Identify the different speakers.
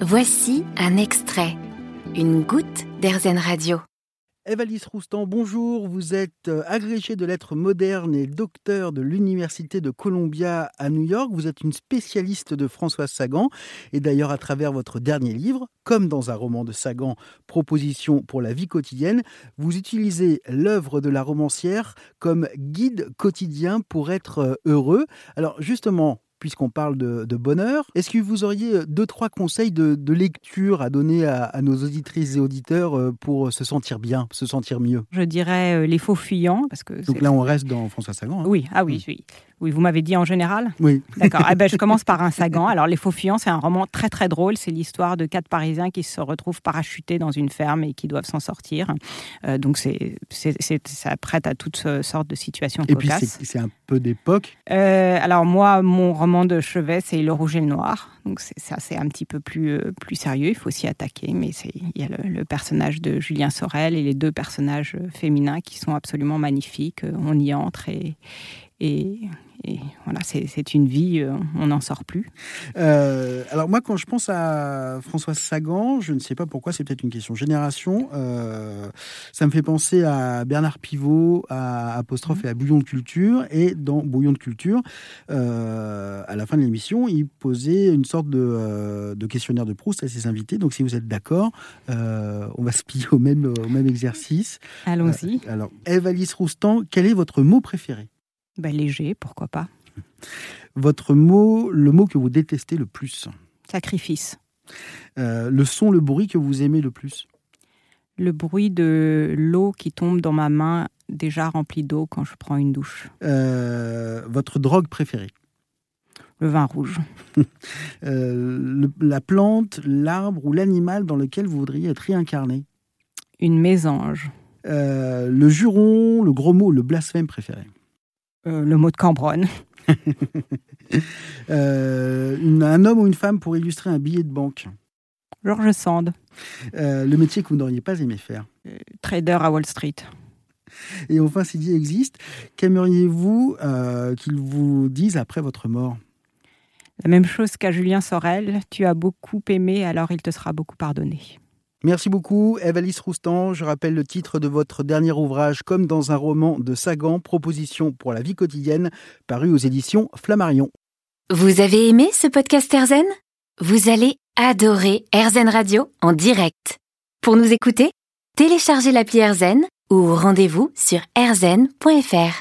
Speaker 1: Voici un extrait, une goutte d'Airzen Radio.
Speaker 2: Evalise Roustan, bonjour. Vous êtes agrégée de lettres modernes et docteur de l'Université de Columbia à New York. Vous êtes une spécialiste de François Sagan. Et d'ailleurs, à travers votre dernier livre, comme dans un roman de Sagan, Proposition pour la vie quotidienne, vous utilisez l'œuvre de la romancière comme guide quotidien pour être euh, heureux. Alors, justement, puisqu'on parle de, de bonheur. Est-ce que vous auriez euh, deux, trois conseils de, de lecture à donner à, à, nos auditrices et auditeurs euh, pour se sentir bien, se sentir mieux
Speaker 3: Je dirais euh, Les Faux Fuyants. Parce que
Speaker 2: Donc là, on reste dans François Sagan. Hein.
Speaker 3: Oui, ah oui, oui. oui. Oui, vous m'avez dit en général
Speaker 2: Oui.
Speaker 3: D'accord. Ah ben, je commence par un Sagan. Alors, Les Faux Fuyants, c'est un roman très, très drôle. C'est l'histoire de quatre Parisiens qui se retrouvent parachutés dans une ferme et qui doivent s'en sortir. Euh, donc, c'est, ça prête à toutes sortes de situations
Speaker 2: et
Speaker 3: cocasses.
Speaker 2: Et puis, c'est un peu d'époque
Speaker 3: euh, Alors, moi, mon roman de chevet, c'est Le Rouge et le Noir. Donc, ça, c'est un petit peu plus, euh, plus sérieux. Il faut s'y attaquer. Mais il y a le, le, personnage de Julien Sorel et les deux personnages euh, féminins qui sont absolument magnifiques. Euh, On y entre et, et et voilà, c'est une vie, on n'en sort plus.
Speaker 2: Euh, alors moi, quand je pense à François Sagan, je ne sais pas pourquoi, c'est peut-être une question génération, euh, ça me fait penser à Bernard Pivot, à Apostrophe et à Bouillon de Culture. Et dans Bouillon de Culture, euh, à la fin de l'émission, il posait une sorte de, de, questionnaire de Proust à ses invités. Donc si vous êtes d'accord, euh, on va se plier au même, au même exercice.
Speaker 3: Allons-y.
Speaker 2: alors, Eve-Alice Roustan, quel est votre mot préféré
Speaker 3: ben, léger, pourquoi pas.
Speaker 2: Votre mot, le mot que vous détestez le plus
Speaker 3: Sacrifice.
Speaker 2: Euh, le son, le bruit que vous aimez le plus
Speaker 3: Le bruit de l'eau qui tombe dans ma main déjà remplie d'eau quand je prends une douche.
Speaker 2: Euh, votre drogue préférée
Speaker 3: Le vin rouge.
Speaker 2: euh, le, la plante, l'arbre ou l'animal dans lequel vous voudriez être réincarné Euh,
Speaker 3: Une mésange.
Speaker 2: le juron, le gros mot, le blasphème préféré
Speaker 3: euh, le mot de Cambronne.
Speaker 2: euh, une, un homme ou une femme pour illustrer un billet de banque
Speaker 3: Georges Sand.
Speaker 2: Euh, le métier que vous n'auriez pas aimé faire
Speaker 3: Trader à Wall Street.
Speaker 2: Et enfin, s'il dit existe, qu'aimeriez-vous euh, qu'il vous dise après votre mort
Speaker 3: La même chose qu'à Julien Sorel, tu as beaucoup aimé, alors il te sera beaucoup pardonné.
Speaker 2: Merci beaucoup, Evalise Roustan. Je rappelle le titre de votre dernier ouvrage, comme dans un roman de Sagan, Proposition pour la vie quotidienne, paru aux éditions Flammarion.
Speaker 1: Vous avez aimé ce podcast Erzen Vous allez adorer Erzen Radio en direct. Pour nous écouter, téléchargez l'appli Erzen ou rendez-vous sur erzen.fr.